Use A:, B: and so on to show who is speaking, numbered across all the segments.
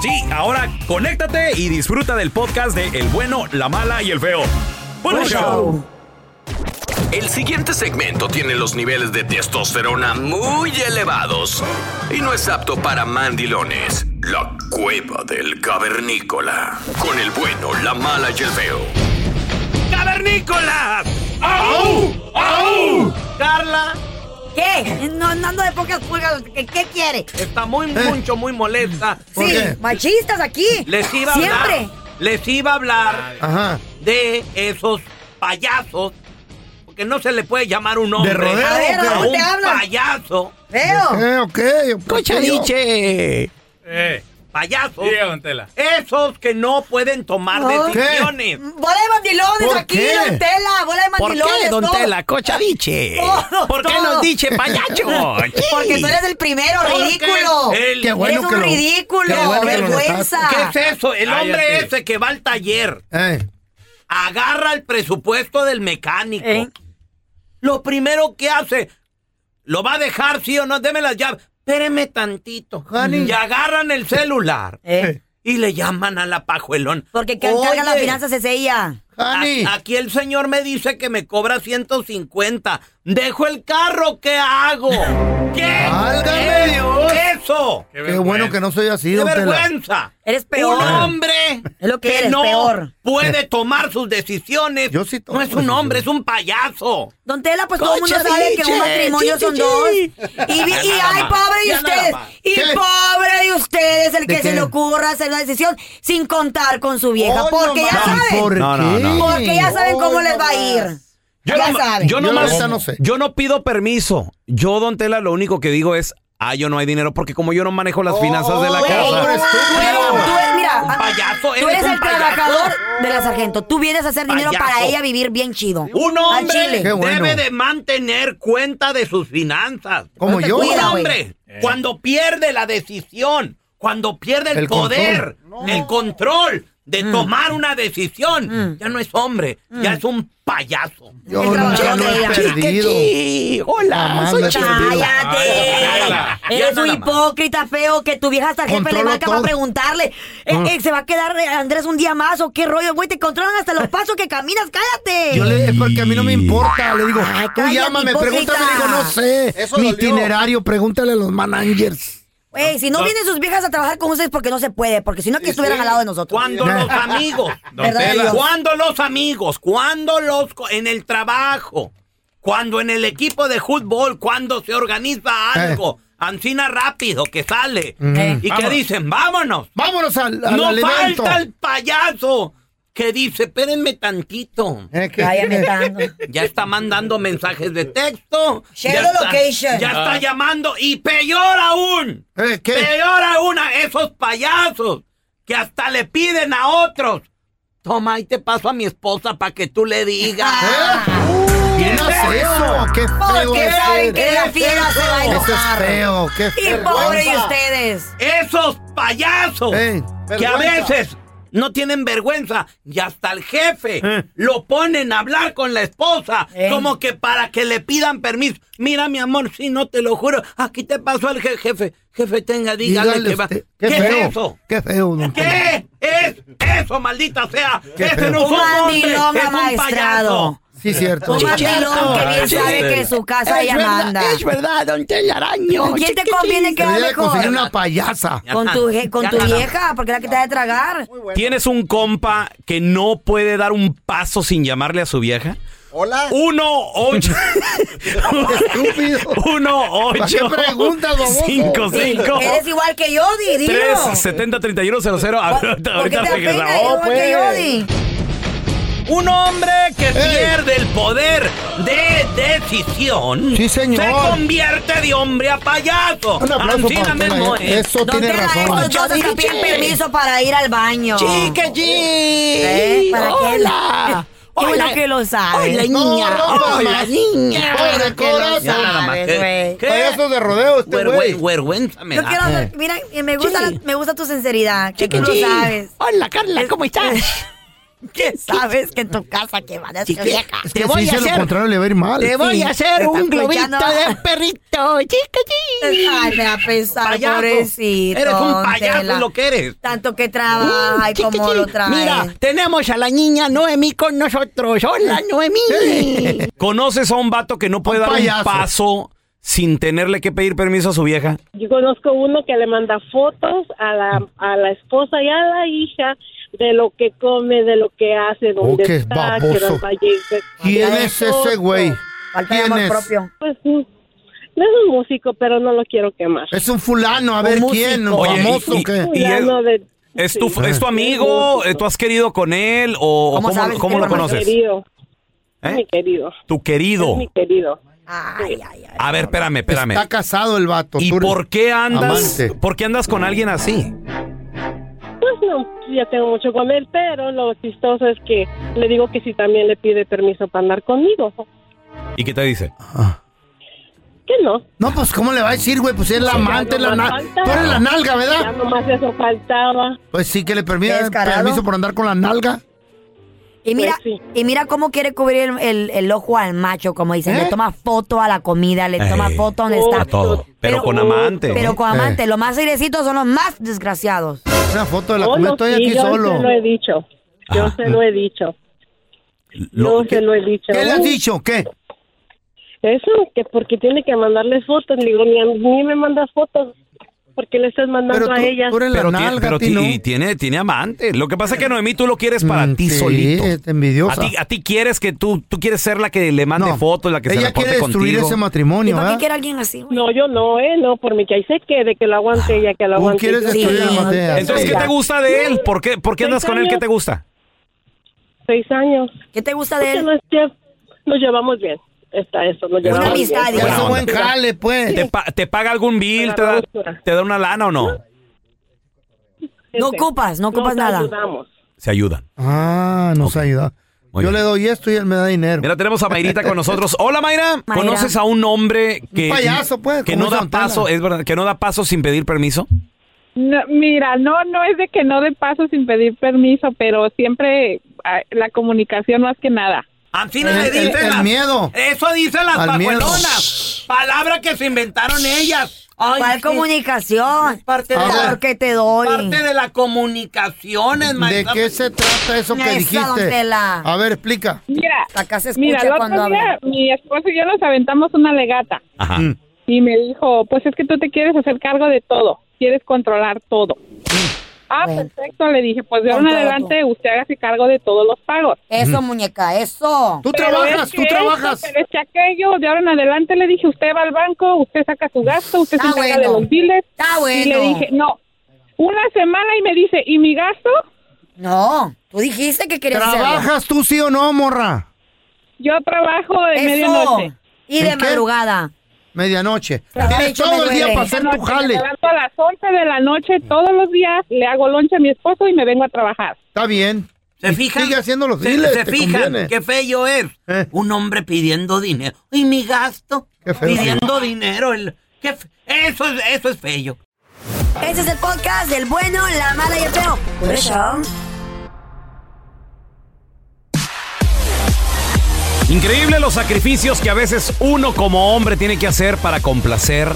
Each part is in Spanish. A: Sí, ahora conéctate y disfruta del podcast de El bueno, la mala y el feo. Buen
B: Buen
A: show.
B: El siguiente segmento tiene los niveles de testosterona muy elevados y no es apto para mandilones. La cueva del cavernícola. Con el bueno, la mala y el feo.
A: ¡Cavernícola!
B: ¡Au! ¡Au!
C: Carla
D: ¿Qué? No, no ando de pocas pulgas. ¿Qué, qué quiere?
C: está muy,
D: Eh.
C: mucho, muy molesta.
D: Sí, machistas aquí.
C: Les iba a hablar.
D: Siempre.
C: Les iba a hablar
E: Ajá.
C: de esos payasos. Porque no se le puede llamar un hombre.
E: rodeo
D: A ver, o qué? ¿a
C: a
D: dónde
C: un
D: hablan?
C: payaso.
D: Feo.
E: Eh, ok.
C: Cochadiche.
F: Eh,
A: Oh.
C: Payasos.
F: diga, don Tela.
C: Esos que no pueden tomar
D: No.
C: decisiones.
D: Bola de mandilones
E: ¿Por
D: aquí,
E: qué?
D: Don Tela. Bola de mandilones. todo.
C: Cochadiche.
D: Todo, ¿Por qué todo. nos
C: dice payacho?
D: Porque tú eres el primero,
C: Porque
D: ridículo.
C: el-
E: Qué bueno
D: eres
E: que
D: un
E: lo-
D: ridículo,
E: qué bueno que lo
D: vergüenza.
C: ¿Qué es eso? El hombre
F: Cállate.
C: ese que va al taller.
E: Eh,
C: agarra el presupuesto del mecánico.
D: ¿Eh?
C: Lo primero que hace, lo va a dejar, sí o no, deme las llaves. Espéreme tantito.
E: Honey.
C: Y agarran el celular
D: ¿Eh?
C: y le llaman a la pajuelón.
D: Porque quien carga
C: Oye,
D: las finanzas es ella. Ah,
E: honey.
C: a- Aquí el señor me dice que me cobra 150. Dejo el carro, ¿qué hago? ¿Qué? ¿Eh?
E: Válgame
C: es
E: Dios.
C: eso?
E: Qué bueno que no soy así,
C: ¡Qué
E: don Tela.
C: vergüenza!
D: Eres peor.
C: Un hombre
D: Es lo que eres,
C: no
D: peor.
C: puede tomar sus decisiones.
E: Yo sí tomo
C: no es un hombre, es un payaso.
D: Don Tela, pues todo el mundo
C: Coche,
D: sabe que un
C: biche,
D: matrimonio
C: chi,
D: son
C: chi,
D: dos. Y,
C: chi.
D: vi- y
C: Ya nada
D: ay,
C: más,
D: pobre de
C: ya nada
D: ustedes.
C: más.
D: Y
E: ¿Qué?
D: pobre de ustedes el
E: ¿De
D: que se
E: qué?
D: le ocurra hacer la decisión sin contar con su vieja.
E: Oh,
D: porque
E: no
D: ya
E: más.
D: saben.
E: ¿Por
A: No, no,
E: qué?
A: no.
D: Porque ya saben cómo les va a ir. ya
C: no-
D: saben.
E: Yo
A: Yo
E: la
A: nomás-
E: neta no sé.
A: Yo no pido permiso. Yo, Don Tela, lo único que digo es, ah, yo no hay dinero porque como yo no manejo las finanzas de la
E: güey,
D: Tú
A: casa.
D: eres, tú eres- mira, ah,
C: Payaso,
D: tú
C: eres
D: eres
C: un
D: el
C: payaso.
D: trabajador de la sargento. Tú vienes a hacer dinero
C: Payaso.
D: para ella vivir bien chido.
C: Un
D: Al
C: hombre
D: chile.
E: Qué bueno.
C: debe de mantener cuenta de sus finanzas.
E: Como
D: te
E: yo.
C: Un
D: Cuida, güey.
C: hombre, cuando pierde la decisión, cuando pierde el,
E: El
C: poder, el control de
D: Mm.
C: tomar una decisión, ya no es hombre, ya es un payaso.
E: Yo
D: El
E: nunca
D: trabajador
E: lo
D: de
E: he
D: ella.
E: perdido.
C: Sí, Hola,
E: Jamás
C: soy
E: lo he perdido.
F: Ay,
D: ¡Cállate!
F: Gabriela.
D: Eres
C: Ya
D: un
C: nada más.
D: hipócrita feo que tu vieja hasta el jefe le
E: Controlo
D: marca
E: todo.
D: para preguntarle. Eh, eh, ¿Se va a quedar eh, Andrés un día más o qué rollo? Güey, te controlan hasta los pasos que caminas. ¡Cállate!
E: Yo le, es porque a mí no me importa, le digo,
D: Ay,
E: tú
D: cállate,
E: llámame,
D: hipócrita.
E: pregúntame, le digo, no sé,
G: Eso
E: mi
G: dolió.
E: itinerario, pregúntale a los managers.
D: Güey, si no, vienen sus viejas a trabajar con ustedes porque no se puede, porque si no, que estuvieran al lado de nosotros.
C: Cuando los amigos,
F: Don
D: ¿Verdad,
F: Tela.
D: Dios?
C: cuando los amigos, cuando los co- en el trabajo, cuando en el equipo de fútbol, cuando se organiza algo, ancina rápido que sale
D: Eh.
C: y que
F: Vámonos.
C: dicen, vámonos.
E: Vámonos al, al
C: no
E: alimento.
C: falta el payaso que dice, espérenme tantito.
E: Eh, que-
D: Cállame tanto.
C: Ya está mandando mensajes de texto.
D: Share
C: ya
D: the
C: está-
D: location.
C: Ya está llamando. Y peor aún.
E: Eh, ¿qué?
C: Peor aún a esos payasos que hasta le piden a otros. Toma, ahí te paso a mi esposa para que tú le digas.
E: ¿Eh? ¿Quién hace eso? ¡Qué feo
D: Porque
E: es
D: saben
E: ser.
D: que la fiera se va a
E: Eso es
D: enojar.
E: feo, qué
D: Y
E: feo.
D: pobre de ustedes.
C: Esos payasos
E: Eh,
C: que a
G: vergüenza.
C: veces no tienen vergüenza y hasta el jefe
E: Eh.
C: lo ponen a hablar con la esposa
D: Eh.
C: como que para que le pidan permiso. Mira, mi amor, si no te lo juro, aquí te pasó el je- jefe. Jefe, tenga, dígale,
E: dígale
C: que va.
E: usted,
C: ¿Qué,
E: Qué
C: es
E: feo,
C: eso?
E: qué feo. don Tela.
C: ¿Qué es eso, maldita sea?
E: Qué
C: Ese
E: feo.
C: no es
D: Un
C: un hombre, es
D: mandilón
C: un payaso.
D: amaestrado.
E: Sí, cierto.
D: Un mandilón que bien sabe que en su casa ella manda.
C: verdad, don Telaraño.
D: ¿Con quién te conviene que
E: Debería de conseguir
D: mejor?
E: una payasa.
D: Con tu, je- con
C: Ya
D: tu
C: nada.
D: vieja, porque es la que te va a tragar.
A: ¿Tienes un compa que no puede dar un paso sin llamarle a su vieja?
G: Hola.
A: 1 8
E: Estúpido.
A: 1
E: ¿Para qué
A: 8
E: preguntas, baboso?
A: 5
D: Sí,
A: 5
D: Eres igual que yo, Di, dilo.
A: 3 70 31 00
D: ¿Por qué
A: Ahorita
D: te
A: ahorita
E: eh,
D: afeitas
A: regresamos.
D: igual que yo, Di?
A: Un hombre que
E: Ey.
A: pierde el poder de decisión
E: Sí, señor.
A: se convierte de hombre a payaso.
E: Un aplauso
A: Así
E: para
A: la
E: Don
A: mismo
E: Tela, ¿eh?
A: es.
E: Eso
D: Don
E: tiene
D: Tela, eh,
E: razón.
D: estos dos hasta piden permiso para ir al baño.
C: Chica
D: ¿Eh?
C: G.
D: ¿Para qué?
C: Hola.
D: Qué bueno
C: Hola.
D: que lo Oh, sabe.
C: Hola, niña.
E: No, no,
C: Hola,
E: mamá.
C: niña.
E: Pobre
C: Bueno, que lo
E: corazón.
A: Ya nada más.
C: sabes,
A: ¿Qué?
C: güey.
A: ¿Qué?
E: Payaso de rodeo este
A: Vergüe-
E: güey.
A: vergüenza me
D: Yo
A: da.
C: ah.
D: quiero, mira, me gusta,
C: Sí.
D: la- me gusta tu sinceridad, que tú lo
C: Chiqui.
D: sabes.
C: Hola, Carla, ¿cómo estás?
D: ¿Qué sabes que en tu casa que van a hacer
C: Chiqui,
D: vieja?
E: Es
C: Te
E: que
C: voy
E: si
C: a
E: dice lo
C: hacer-
E: contrario le va a ir mal.
C: Te voy a hacer
D: Está
C: un globito
D: escuchando.
C: de perrito. Chica G.
D: Ay, me da pesar,
A: Payaso.
D: pobrecito.
A: Eres un
D: don
A: payaso
D: Tela.
A: lo que eres.
D: Tanto que trabaja y
C: Chiqui,
D: cómo
C: chiqui.
D: lo trae.
C: Mira, tenemos a la niña Noemí con nosotros. Hola, Noemí.
A: ¿Conoces a un vato que no puede
E: Un
A: dar
E: payaso.
A: un paso sin tenerle que pedir permiso a su vieja?
H: Yo conozco uno que le manda fotos a la, a la esposa y a la hija de lo que come, de lo que hace,
E: Oh,
H: dónde
E: qué
H: está, que
E: baboso.
H: dónde va a llegar.
E: ¿Quién es ese güey?
D: Falta de
E: ¿Quién
D: amor
E: es?
D: propio.
H: Pues mm, no es un músico, pero no lo quiero quemar.
E: Es un fulano, a ver quién, ¿Un
A: Oye,
E: famoso
A: y-
E: o qué.
A: y-
H: Ya
A: es-
H: no de-
A: ¿Es tu,
H: sí, Ah.
A: ¿Es tu amigo? ¿Eh, ¿Tú has querido con él? ¿O
D: ¿Cómo
A: cómo,
D: sabes
A: cómo lo
D: que lo más
A: conoces?
H: querido,
A: ¿Eh? Oh.
H: mi querido,
A: Tu querido.
H: es mi querido.
D: Ay, ay, ay.
A: A ver, espérame, espérame.
E: Está casado el vato.
A: ¿Y
E: tú eres-
A: por qué andas?
E: amante.
A: ¿Por qué andas con alguien así?
H: Pues no, ya tengo mucho con él, pero lo chistoso es que le digo que si también le pide permiso para andar conmigo,
A: ¿Y qué te dice?
H: que no.
E: Ah. No, pues ¿cómo le va a decir, güey? Pues es la amante, la
H: nomás
E: nalga.
H: falta.
E: Tú eres la nalga,
H: Ya
E: ¿verdad?
H: nomás eso faltaba.
E: Pues sí, que le permita
D: Descarado.
E: permiso por andar con la nalga.
D: Y mira,
H: Pues sí.
D: y mira cómo quiere cubrir el, el- el ojo al macho, como dicen.
E: ¿Eh?
D: Le toma foto a la comida, le toma
A: Ey.
D: foto donde
H: Foto.
D: está.
A: A todo. Pero,
D: Pero- uh,
A: con amante.
D: Pero con
E: Eh.
D: amante, los más airecitos son los más desgraciados.
E: Una foto de la
H: No,
E: comida,
H: Oh, no,
E: estoy
H: sí,
E: aquí
H: yo
E: solo.
H: se lo he dicho. Yo se lo he dicho.
A: Lo-
H: yo se lo he dicho.
E: ¿Qué le has
H: Uy,
E: dicho? ¿Qué?
H: Eso, que porque tiene que mandarle fotos. Le digo, ni, a- ni me mandas fotos. Porque le estás mandando
E: Pero tú,
H: a ella.
E: tú eres la
A: Pero, ti-
E: nalga,
A: pero
E: a ti
A: ti-
E: no.
A: y tiene, tiene amante. Lo que pasa es que Noemí tú lo quieres para
E: Mm,
A: ti
E: sí,
A: solito.
E: es envidiosa.
A: A ti, a ti quieres que tú, tú quieres ser la que le mande
E: No,
A: fotos, la que se
E: Ella
A: reporte
E: quiere destruir
A: contigo.
E: ese
D: ¿Y
E: matrimonio,
D: por qué
E: ¿verdad?
D: quiere alguien así? güey?
H: No, yo no, ¿eh? No, por mí que ahí se quede, que lo aguante ella, que lo
E: Tú
H: aguante.
E: quieres
H: yo.
E: destruir
D: Sí.
E: el matrimonio.
A: Entonces, ¿qué
H: Ya.
A: te gusta de él? ¿Por qué, por qué andas
H: Seis
A: con él? ¿Qué
H: años.
A: te gusta?
H: Seis años.
D: ¿Qué te gusta de
H: Porque
D: él?
H: nos, lle- nos llevamos bien. Está eso, nos llevamos
D: Una amistad,
H: bien.
E: Eso
D: digamos.
E: es buen jale, pues.
A: ¿Te, pa- te paga algún bill?
H: Para
A: Te da,
H: la basura.
A: ¿Te da una lana o no?
D: No
H: Gente,
D: ocupas, no ocupas
H: nos
D: nada.
H: ayudamos.
A: Se ayudan.
E: Ah, nos ayuda.
A: Muy
E: Yo
A: bien.
E: le doy esto y él me da dinero.
A: Mira, tenemos a Mayrita con nosotros. Hola, Mayra.
D: Mayra.
A: ¿Conoces a un hombre que,
E: Un payaso, pues,
A: que
E: como
A: no da
E: Santana.
A: paso, es verdad, que no da paso sin pedir permiso?
I: No, mira, no, no es de que no dé paso sin pedir permiso, pero siempre ah, la comunicación más que nada.
A: Ancina
E: El-
A: le
E: el-
A: dicen
E: el
A: las-
E: miedo.
A: Eso dicen las
E: Al miedo.
A: pajuelonas. Palabra que se inventaron ellas. Ay,
D: ¿Cuál
A: sí.
D: comunicación?
A: Parte de, la,
E: A ver.
D: Claro que te doy.
A: parte de la comunicación,
E: ¿De
A: maestra.
E: qué se trata eso que
D: pues. Esa, don
E: dijiste?
D: Tela.
E: A ver, explica.
I: Mira,
D: Acá se escucha
I: mira, el otro
D: cuando
I: día
D: habla.
I: mi esposo y yo nos aventamos una legata
A: Ajá.
E: Mm.
I: y me dijo, pues es que tú te quieres hacer cargo de todo, quieres controlar todo. Ah,
D: Mm. Bueno.
I: perfecto, le dije, pues de ahora en
D: Con todo.
I: adelante usted hágase cargo de todos los pagos.
D: Eso, muñeca, eso.
E: Tú
I: Pero
E: trabajas,
I: es
E: tú
I: que esto,
E: trabajas.
I: Pero es que aquello, de ahora en adelante le dije, usted va al banco, usted saca su gasto, usted se
D: Está
I: encarga
D: bueno.
I: de los biles.
D: Está
I: Y le
D: bueno.
I: dije, no, una semana y me dice, ¿y mi gasto?
D: No, tú dijiste que querías hacerlo.
E: ¿Trabajas tú sí o no, morra?
I: Yo trabajo de medianoche.
D: Eso. Y de
E: ¿En qué?
D: madrugada.
E: Medianoche.
D: Trabajo
E: Tienes
D: hecho
E: todo
D: me
E: el día
D: duele.
E: para hacer tu
I: Medianoche,
E: jale.
I: Me levanto a las 11 de la noche todos los días, le hago lonche a mi esposo y me vengo a trabajar.
E: Está bien.
A: ¿Se fijan?
E: Sigue haciendo los
A: Se-
E: diles,
A: ¿Se,
E: te
A: fijan?
E: conviene.
A: Qué feo es.
E: Eh.
A: Un hombre pidiendo dinero. Y mi gasto.
E: Qué feo,
A: pidiendo dinero. El, qué fe- eso, es, eso es feo.
D: Ese es el podcast del bueno, la mala y el feo. Por eso.
A: Increíble los sacrificios que a veces uno como hombre tiene que hacer para complacer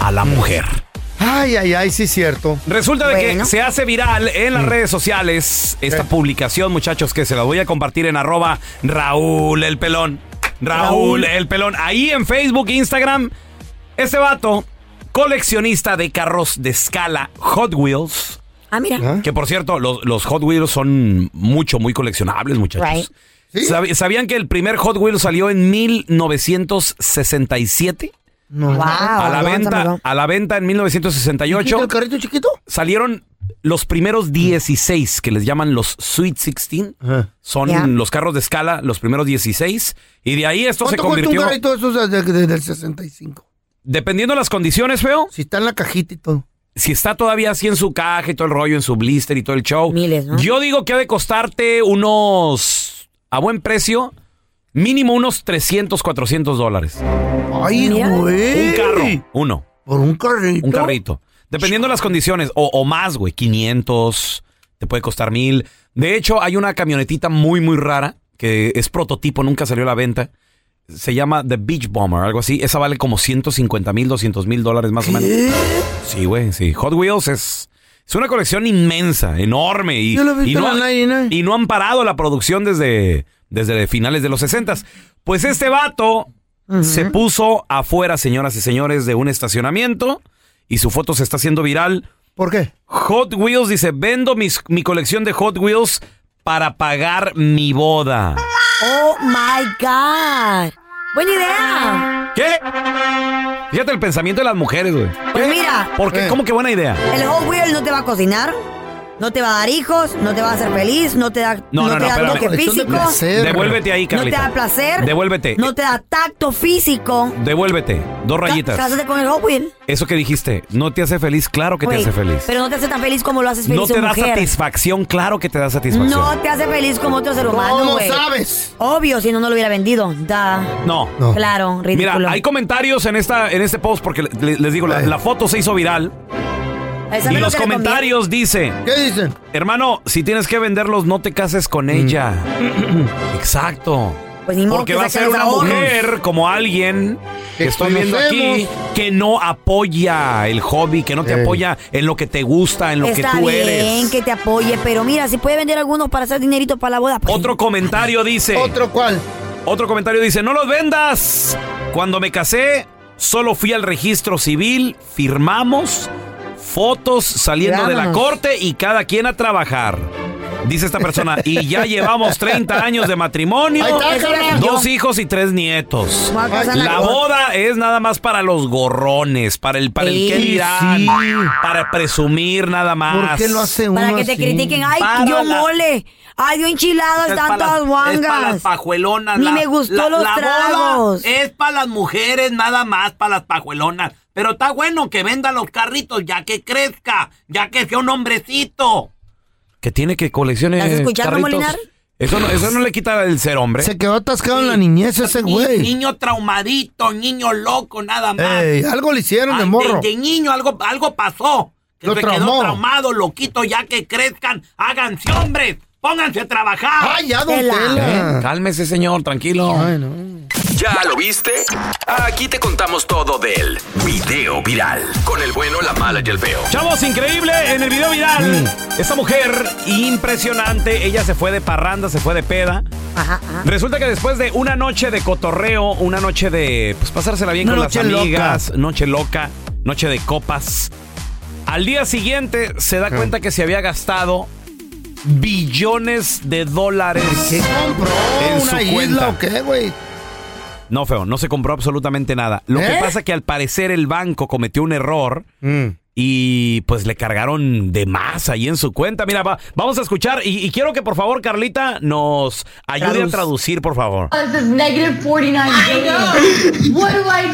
A: a la mujer.
E: Ay, ay, ay, sí es cierto.
A: Resulta de
D: Bueno.
A: que se hace viral en las redes sociales esta
E: Mm. Sí.
A: publicación, muchachos, que se la voy a compartir en arroba Raúl el Pelón. Raúl, el Pelón. Ahí en Facebook, Instagram, este vato, coleccionista de carros de escala Hot Wheels.
D: Ah, mira.
E: ¿Ah?
A: Que por cierto, los, los Hot Wheels son mucho, muy coleccionables, muchachos.
D: Right.
E: ¿Sí?
A: ¿Sab- ¿Sabían que el primer Hot Wheels salió en 1967?
E: No.
D: Wow.
A: a, la
D: avanza,
A: venta,
D: amigo.
A: a la venta en
E: ¿Chiquito
A: 1968.
E: el carrito chiquito?
A: Salieron los primeros 16, que les llaman los Sweet 16, son
E: Ya.
A: los carros de escala, los primeros 16, y de ahí esto se
E: ¿Cuánto cuesta un
A: convirtió,
E: carrito de esos de- de- de- del 65?
A: dependiendo de las condiciones, feo.
E: Si está en la cajita y todo.
A: Si está todavía así en su caja y todo el rollo, en su blister y todo el show. Yo digo que ha de costarte unos, a buen precio, mínimo unos 300, 400 dólares.
E: Ay,
A: Un
E: güey.
A: carro, uno.
E: Por un carrito.
A: Un carrito. Dependiendo de las condiciones, o, o más, güey, 500, te puede costar mil. De hecho, hay una camionetita muy, muy rara, que es prototipo, nunca salió a la venta. Se llama The Beach Bomber, algo así. Esa vale como 150 mil, 200 mil dólares más o menos. Sí, güey, sí. Hot Wheels es, es una colección inmensa, enorme. Y,
E: Yo lo he visto
A: y no,
E: en la ¿eh?
A: ha-
E: 99.
A: y no han parado la producción desde, desde finales de los 60. Pues este vato se puso afuera, señoras y señores, de un estacionamiento y su foto se está haciendo viral.
E: ¿Por qué?
A: Hot Wheels dice, vendo mis- mi colección de Hot Wheels para pagar mi boda.
D: Oh my God. Buena idea.
A: ¿Qué? Fíjate el pensamiento de las mujeres, güey.
D: Pues mira,
A: ¿Por qué?
E: Eh.
A: ¿Cómo que buena idea?
D: el Hot Wheels no te va a cocinar, no te va a dar hijos, no te va a hacer feliz, no te da,
A: No, no,
D: te
A: no,
D: da
A: espérame.
D: toque físico,
E: placer.
A: Devuélvete ahí,
D: no te
A: Carlita.
D: da placer,
A: Devuélvete.
D: no te da tacto físico.
A: Devuélvete. Dos rayitas.
D: Ca- Cásate con el Hot Wheel.
A: Eso que dijiste, no te hace feliz, claro que
D: Güey,
A: te hace feliz.
D: Pero no te hace tan feliz como lo haces feliz
A: no te da
D: una mujer.
A: satisfacción, claro que te da satisfacción.
D: No te hace feliz como otro ser humano,
E: ¿Cómo
D: güey.
E: sabes?
D: Obvio, si no, no lo hubiera vendido. Da.
A: No.
E: No.
D: Claro,
A: Mira,
D: ridículo.
A: hay comentarios en esta en este post porque le- les digo, la,
E: Ay.
A: la foto se hizo viral
D: Esa
A: y
D: no
A: los
D: te recomiendo.
A: comentarios dice,
E: ¿Qué dicen?
A: hermano, si tienes que venderlos no te cases
E: Mm.
A: con ella. Exacto.
D: Pues ni modo
A: Porque
D: que
A: va a
D: saquen
A: ser
D: los
A: una
D: ahorros.
A: mujer como alguien que
E: Que
A: estoy viendo
E: conocemos.
A: aquí que no apoya el hobby, que no te
E: Ey.
A: apoya en lo que te gusta, en lo
D: Está
A: que tú
D: bien
A: eres.
D: que te apoye, pero mira, si puede vender algunos para hacer dinerito para la boda. pues-
A: Otro comentario dice.
E: ¿Otro cuál?
A: Otro comentario dice, no los vendas. Cuando me casé, solo fui al registro civil, firmamos fotos saliendo de la
D: Vámonos.
A: corte y cada quien a trabajar. Dice esta persona, y ya llevamos 30 años de matrimonio,
E: Ahí está,
D: eso
E: carnal.
A: dos hijos y tres nietos.
D: Voy a casar
A: La
D: la-
A: boda es nada más para los gorrones, para el, para el que
D: Sí,
A: dirán,
E: sí.
A: para presumir nada más.
E: ¿Por qué lo hace uno
D: Para que te
E: así?
D: critiquen. Ay,
A: Para
D: yo
A: la-
D: mole. Ay, yo enchiladas,
A: Es pa' las-
D: están todas
A: Es para las
D: guangas.
A: pajuelonas.
D: Ni
A: la-
D: me gustó
A: la-
D: los
A: la boda
D: tragos.
A: es para las mujeres, nada más para las pajuelonas. Pero está bueno que venda los carritos ya que crezca, ya que sea un hombrecito. Que tiene que colecciones
D: ¿Estás escuchando, Molinar?
A: Eso no, eso no le quita el ser hombre.
E: Se quedó atascado en la niñez ese güey.
A: Niño traumadito, niño loco, nada más.
E: Ey, algo le hicieron de
A: Ay,
E: morro.
A: de niño algo, algo pasó. Que
E: Lo
A: se quedó
E: traumó.
A: traumado, loquito, ya que crezcan. Háganse hombres, pónganse a trabajar.
E: ¡Ay, ya, don
D: Tela.
A: Eh,
E: Tela!
A: Cálmese, señor, tranquilo.
E: Ay, no.
B: ¿Ya lo viste? Aquí te contamos todo del video viral. Con el bueno, la mala y el feo.
A: Chavos, increíble en el video viral. Esta mujer impresionante, ella se fue de parranda, se fue de peda.
D: Ajá, ajá.
A: Resulta que después de una noche de cotorreo, una noche de pues, pasársela bien
E: Una
A: con
E: noche
A: las
E: loca.
A: amigas, noche loca, noche de copas. Al día siguiente se da cuenta que se había gastado billones de dólares.
E: ¿Qué compró?
A: En su
E: ¿Una
A: cuenta.
E: isla o qué, güey?
A: No, feo, no se compró absolutamente nada. Lo que
E: ¿Eh?
A: pasa que al parecer el banco cometió un error Mm. y pues le cargaron de más ahí en su cuenta. Mira, va- vamos a escuchar y, y quiero que por favor Carlita nos ayude a
D: Traduce.
A: traducir, por favor.
J: This is negative 49 billion. What do I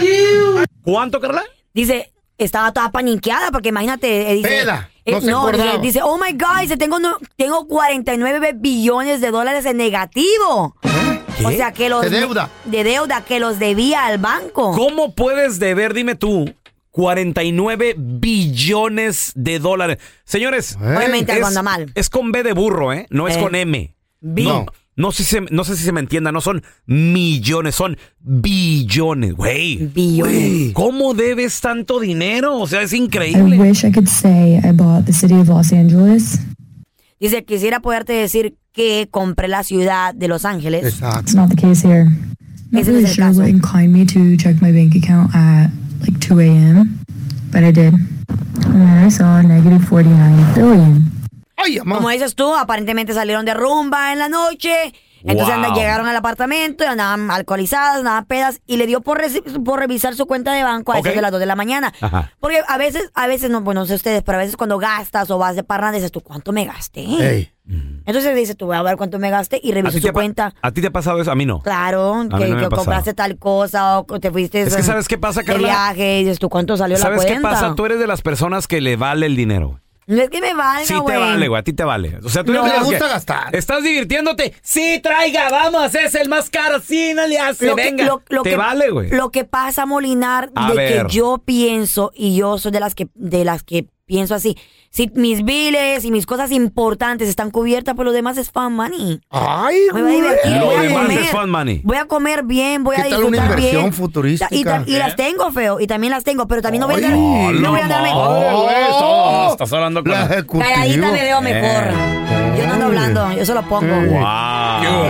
J: do?
A: ¿Cuánto, Carla?
D: Dice, estaba toda paniqueada porque imagínate. eh, dice,
E: Peda, no se
D: dice,
E: acordaba.
D: dice, oh my God, dice, tengo, no- tengo 49 billones de dólares en negativo. O
A: ¿Eh? ¿Qué?
D: sea, que los...
E: De deuda.
D: De deuda, que los debía al banco.
A: ¿Cómo puedes deber, dime tú, 49 billones de dólares? Señores,
D: Eh. Obviamente algo
A: es-
D: anda mal.
A: Es con B de burro, ¿eh? No es
D: Eh.
A: con M.
D: Bi-
A: No. No sé, si se, no sé si se me entienda, no son millones, son billones, güey.
D: Billones.
A: Güey, ¿Cómo debes tanto dinero? O sea, es increíble.
J: wish I could say I bought the city of Los Angeles.
D: Dice, quisiera poderte decir que compré la ciudad de Los Ángeles.
E: Exacto.
J: It's not the case here.
D: Ese no es el caso.
J: inclined me to check my bank account at like 2 a.m., but I did. And then I saw negative 49 billion.
E: ¡Ay, mamá!
D: Como dices tú, aparentemente salieron de rumba en la noche Entonces
A: Wow.
D: anda- llegaron al apartamento, y andaban alcoholizadas, andaban pedas, y le dio por, reci- por revisar su cuenta de banco a
A: Ok.
D: eso de las 2 de la mañana.
A: Ajá.
D: Porque a veces, a veces, no, bueno, no sé ustedes, pero a veces cuando gastas o vas de parranda, dices tú, ¿cuánto me gasté? Entonces dices tú, voy a ver cuánto me gasté y
A: ¿A
D: reviso
A: ti, te
D: su
A: ha pa-
D: cuenta.
A: ¿A ti te ha pasado eso? A mí no.
D: Claro,
A: no
D: que,
A: me
D: que
A: ha pasado.
D: compraste tal cosa o que te fuiste
A: Es que
D: eh,
A: ¿sabes qué pasa,
D: de
A: Carla?
D: viaje y dices tú, ¿cuánto salió la
A: ¿Sabes
D: cuenta?
A: qué pasa? Tú eres de las personas que le vale el dinero.
D: No es que me valga,
A: Sí te vale, güey, a ti te vale. O sea, tú
E: No,
A: eres de
E: le
A: las
E: gusta
A: que-
E: gastar.
A: ¿Estás divirtiéndote? Sí, traiga, vamos, es el más caro, sí, no le hace,
D: Lo que-
A: venga.
D: lo- lo
A: te
D: que-
A: vale, güey.
D: Lo que pasa, Molinar,
A: A
D: de
A: ver.
D: que yo pienso y yo soy de las que de las que pienso así. Si mis biles y mis cosas importantes están cubiertas, pues lo demás es fan money.
E: Ay,
D: Me voy a
E: güey.
D: divertir,
A: Lo
D: voy a
A: demás
D: comer.
A: es fun money.
D: Voy a comer bien, voy
E: ¿Qué
D: a
E: tal una
D: disfrutar
E: inversión
D: bien.
E: futurística?
D: Y, ta- y
A: ¿Eh?
D: las tengo, feo, y también las tengo, pero también no voy a
E: Ay,
D: andar- no Oh. voy a andarme.
A: estás hablando con...
E: La ejecutiva.
D: Calladita me veo mejor.
A: Eh.
D: Yo no ando hablando, yo solo pongo.
A: Wow.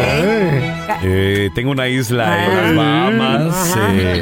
A: Eh, tengo una isla en las Bahamas. eh,
E: Oye,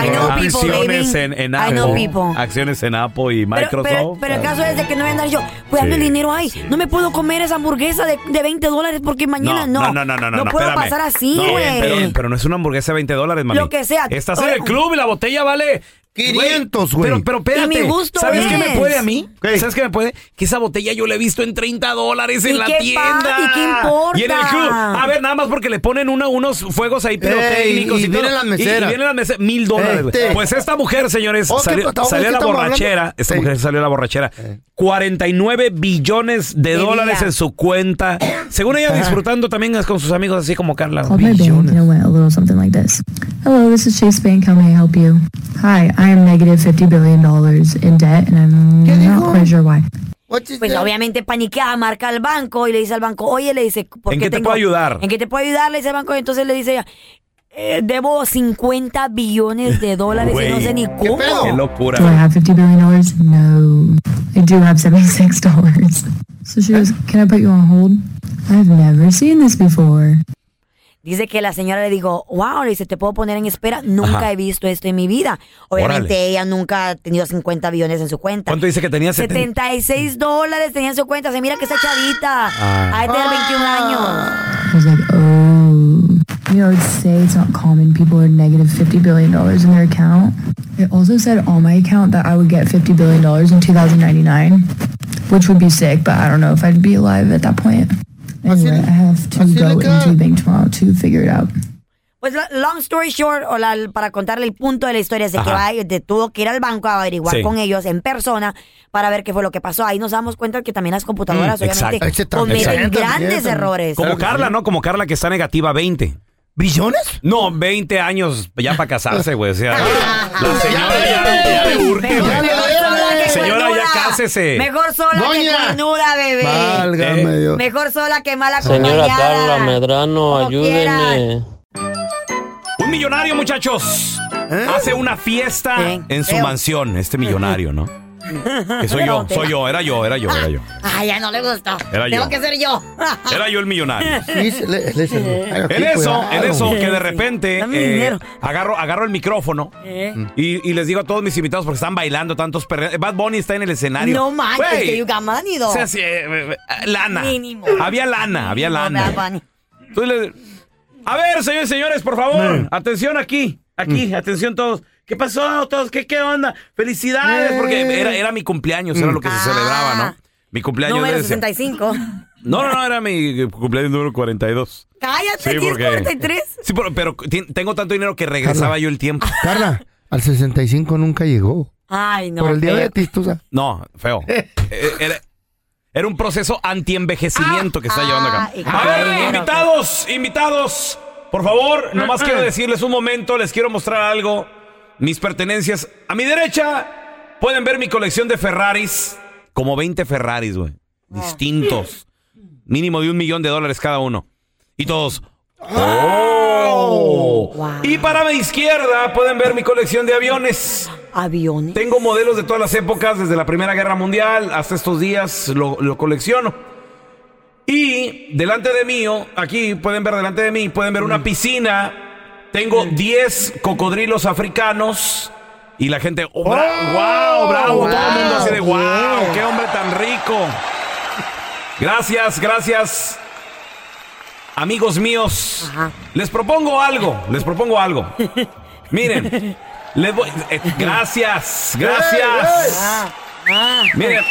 E: el
D: I know people,
A: acciones
D: baby.
A: en, en
D: I know
A: Apple.
D: people.
A: Acciones en Apple y
D: Pero,
A: Microsoft.
D: pero- pero el caso es de que no voy a andar yo cuidando
A: Sí,
D: el dinero ahí.
A: sí.
D: No me puedo comer esa hamburguesa de, de 20 dólares porque mañana no.
A: No, no, no, no. No,
D: puedo
A: espérame.
D: pasar así,
A: No,
D: güey.
A: pero, pero no es una hamburguesa de 20 dólares, mami.
D: Lo que sea.
A: Estás en el
D: Oye.
A: club y la botella vale...
E: 500, güey.
A: Pero, pero espérate.
D: Y mi gusto
A: ¿Sabes qué
D: es.
A: me puede a mí?
E: ¿Qué?
A: ¿Sabes qué me puede? Que esa botella yo la he visto en 30 dólares en
D: ¿Y
A: la
D: qué pa-
A: tienda.
D: y qué importa?
A: Y en el club. A ver, nada más porque le ponen una- unos fuegos ahí pirotécnicos.
E: y
A: todo.
E: vienen las meseras.
A: Y, y vienen las meseras. Mil dólares, güey.
E: Este.
A: Pues esta mujer, señores,
E: Oh, ¿qué
A: salió,
E: pasó?
A: salió
E: ¿Qué
A: a la
E: estamos
A: borrachera.
E: hablando?
A: Esta
E: Sí.
A: mujer salió a la borrachera. 49 billones de
D: De
A: dólares
D: vida.
A: en su cuenta. Según ella, disfrutando también con sus amigos, así como Carla.
J: Called my bank and it went a little something like this. Hello, this is Chase Bank. How may I help you? Hi, I am negative $50 billion in debt and I'm not quite sure why.
E: este,
D: Pues obviamente paniqueada, marca al banco y le dice al banco, oye, le dice, ¿por
A: ¿En
D: qué
A: qué te
D: tengo-
A: puedo ayudar?
D: ¿En qué te puedo ayudar? Le dice al banco y entonces le dice, ella, eh, debo 50 billones de dólares y no
A: Güey.
D: sé ni cómo.
E: pedo?
A: Qué locura.
J: Do I have $50 billion? No. I do have $76. So she goes, Can I put you on hold? I've never seen this before.
D: Dice que la señora le dijo, wow, le dice, te puedo poner en espera, nunca
A: Ajá.
D: he visto esto en mi vida. Obviamente
A: Órale.
D: ella nunca ha tenido 50 billones en su cuenta.
A: ¿Cuánto dice que tenía? 70.
D: 76 dólares tenía en su cuenta. Se mira que está chavita.
A: Ah.
D: A este 21
E: Ah.
D: años.
J: I was like, oh. You know, it's say it's not common. People are negative $50 billion in their account. It also said on my account that I would get $50 billion in 2099, which would be sick, but I don't know if I'd be alive at that point. Anyway, I have to
E: así
J: go
E: le queda.
J: into the bank tomorrow to figure it out.
D: Pues la- long story short, o la- para contarle el punto de la historia, es de que va, de- tuvo que ir al banco a averiguar
A: Sí.
D: con ellos en persona para ver qué fue lo que pasó. Ahí nos damos cuenta que también las computadoras
A: Mm, exacto.
D: obviamente
E: Ese también,
D: cometen
E: exacto.
D: grandes
E: También.
D: errores.
A: Como Carla, ¿no? Como Carla que está negativa 20.
E: ¿Billones?
A: No, 20 años ya para casarse, güey. O sea,
D: Ah,
A: la señora
E: Ya,
A: ya, ya
D: pues,
A: le urge,
D: Mejor
A: güey.
D: sola que
A: Señora,
D: cuernuda.
A: ya cásese.
D: Mejor sola que
E: Doña.
D: cuernuda, bebé.
E: Válgame
A: eh,
E: Dios.
D: Mejor sola que mala
K: Señora
D: acompañada.
K: Carla Medrano,
D: Como
K: ayúdeme.
A: Un millonario, muchachos. Hace una fiesta
D: Sí,
A: en su
D: creo.
A: mansión, este millonario, ¿no? Que soy yo, soy yo, era yo, era yo, era yo.
D: Ay, ya no le gusta.
A: Era
D: Tengo
A: yo.
D: que ser yo.
A: Era yo el millonario.
E: Sí, se le- le- se le- Ay,
A: En
E: qué
A: eso, en
E: cuidado.
A: eso, que de repente
D: Dame
A: eh,
D: dinero.
A: agarro, agarro el micrófono Mm.
D: ¿Eh?
A: y, y les digo a todos mis invitados porque están bailando tantos perreos. Bad Bunny está en el escenario.
D: No manches,
A: Güey,
D: que you got money,
A: O
D: though.
A: sea, sí, eh, eh, eh, lana.
D: Mínimo.
A: Había lana, había lana. eh.
D: No, Bad Bunny.
A: Entonces le- A ver, señores, señores, por favor. Atención aquí. Aquí, atención todos. ¿Qué pasó todos? ¿Qué, qué onda? Felicidades. Porque era, era mi cumpleaños, era lo que se
D: Eh. Ah.
A: celebraba, ¿no? Mi cumpleaños.
D: Número
A: era ese-
D: 65.
A: No, no, no, era mi cumpleaños número 42.
D: Cállate, tienes 43.
A: Sí, pero, pero ti- tengo tanto dinero que regresaba yo el tiempo.
E: Carla, al 65 nunca llegó.
D: Ay, no.
E: por el
D: feo.
E: diabetes, tú sabes.
A: No, feo. Eh, Era, era un proceso antienvejecimiento que está llevando acá.
D: ah, y
A: A ver,
D: claro. Ah,
A: invitados, invitados. Por favor, nomás quiero decirles un momento, les quiero mostrar algo. Mis pertenencias. A mi derecha pueden ver mi colección de Ferraris. Como 20 Ferraris, güey.
D: Ah.
A: Distintos. Mínimo de un millón de dólares cada uno. Y todos. ¡Oh!
D: Wow.
A: Y para mi izquierda pueden ver mi colección de aviones.
D: Aviones.
A: Tengo modelos de todas las épocas, desde la Primera Guerra Mundial hasta estos días, lo, lo colecciono. Y delante de mí, aquí pueden ver delante de mí, pueden ver una piscina. Tengo 10 cocodrilos africanos. Y la gente, oh, bra- wow, bravo, todo el mundo así de wow, qué hombre tan rico. Gracias, gracias. Amigos míos, les propongo algo, les propongo algo. Miren, les voy- eh, gracias, gracias.
D: Ah,
A: Miren,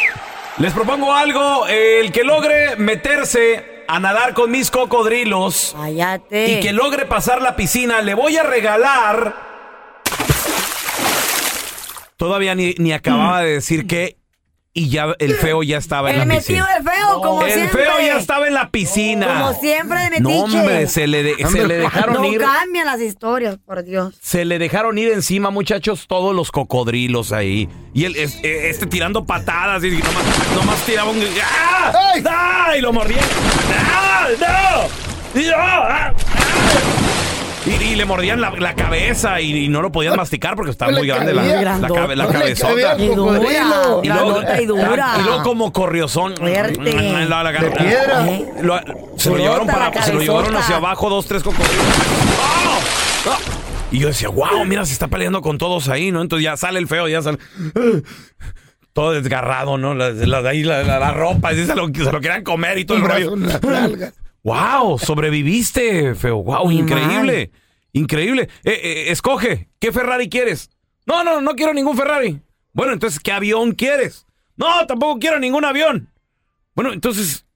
A: les propongo algo, el que logre meterse a nadar con mis cocodrilos
D: Cállate.
A: y que logre pasar la piscina, le voy a regalar... Todavía ni, ni acababa de decir que... Y ya el feo ya estaba en la
D: El metido
A: piscina.
D: de feo, como
A: el
D: siempre.
A: feo ya estaba en la piscina.
D: Como siempre de metiche.
A: No, hombre, se le, de- se le dejaron
D: este No
A: ir.
D: cambian las historias, por Dios.
A: Se le dejaron ir encima, muchachos, todos los cocodrilos ahí. Y el, es- eh, este tirando patadas y nomás, nomás tiraba un... ¡Ah!
E: ¡Ey!
A: ¡Ah! Y lo mordía. ¡Ah! ¡No! ¡Y no! ¡Ah! ¡Ah! Y, y le mordían la, la cabeza y, y no lo
E: Ah,
A: podían masticar porque estaba muy grande la,
E: cabía.
A: la, cabe- la
E: No le cabía
A: cabezota.
E: el cocodrilo.
D: Y La nota y dura.
A: y luego como corriozón.
D: Fuerte.
A: La- la- la-
E: De piedra.
D: ¿Eh?
A: lo- se lo
D: Durota,
A: llevaron
D: la
A: para se lo
D: cabezota.
A: llevaron hacia abajo dos tres cocodrilos ¡Ah! ¡Ah! y yo decía wow mira se está peleando con todos ahí no entonces ya sale el feo ya sale todo desgarrado no la, la- ahí la, la- la ropa así se lo, se lo querían comer y todo el rollo wow sobreviviste feo wow increíble increíble Eh, eh, escoge qué Ferrari quieres no no no quiero ningún Ferrari bueno entonces qué avión quieres no tampoco quiero ningún avión bueno entonces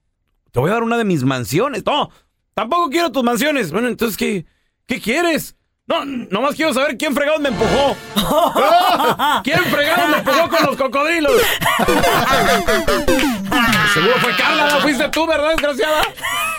A: te voy a dar una de mis mansiones. No, tampoco quiero tus mansiones. Bueno, entonces, ¿qué, qué quieres? No, nomás quiero saber quién fregado me empujó. ¿Quién fregado me empujó con los cocodrilos? Seguro fue Carla, no fuiste tú, ¿verdad, desgraciada?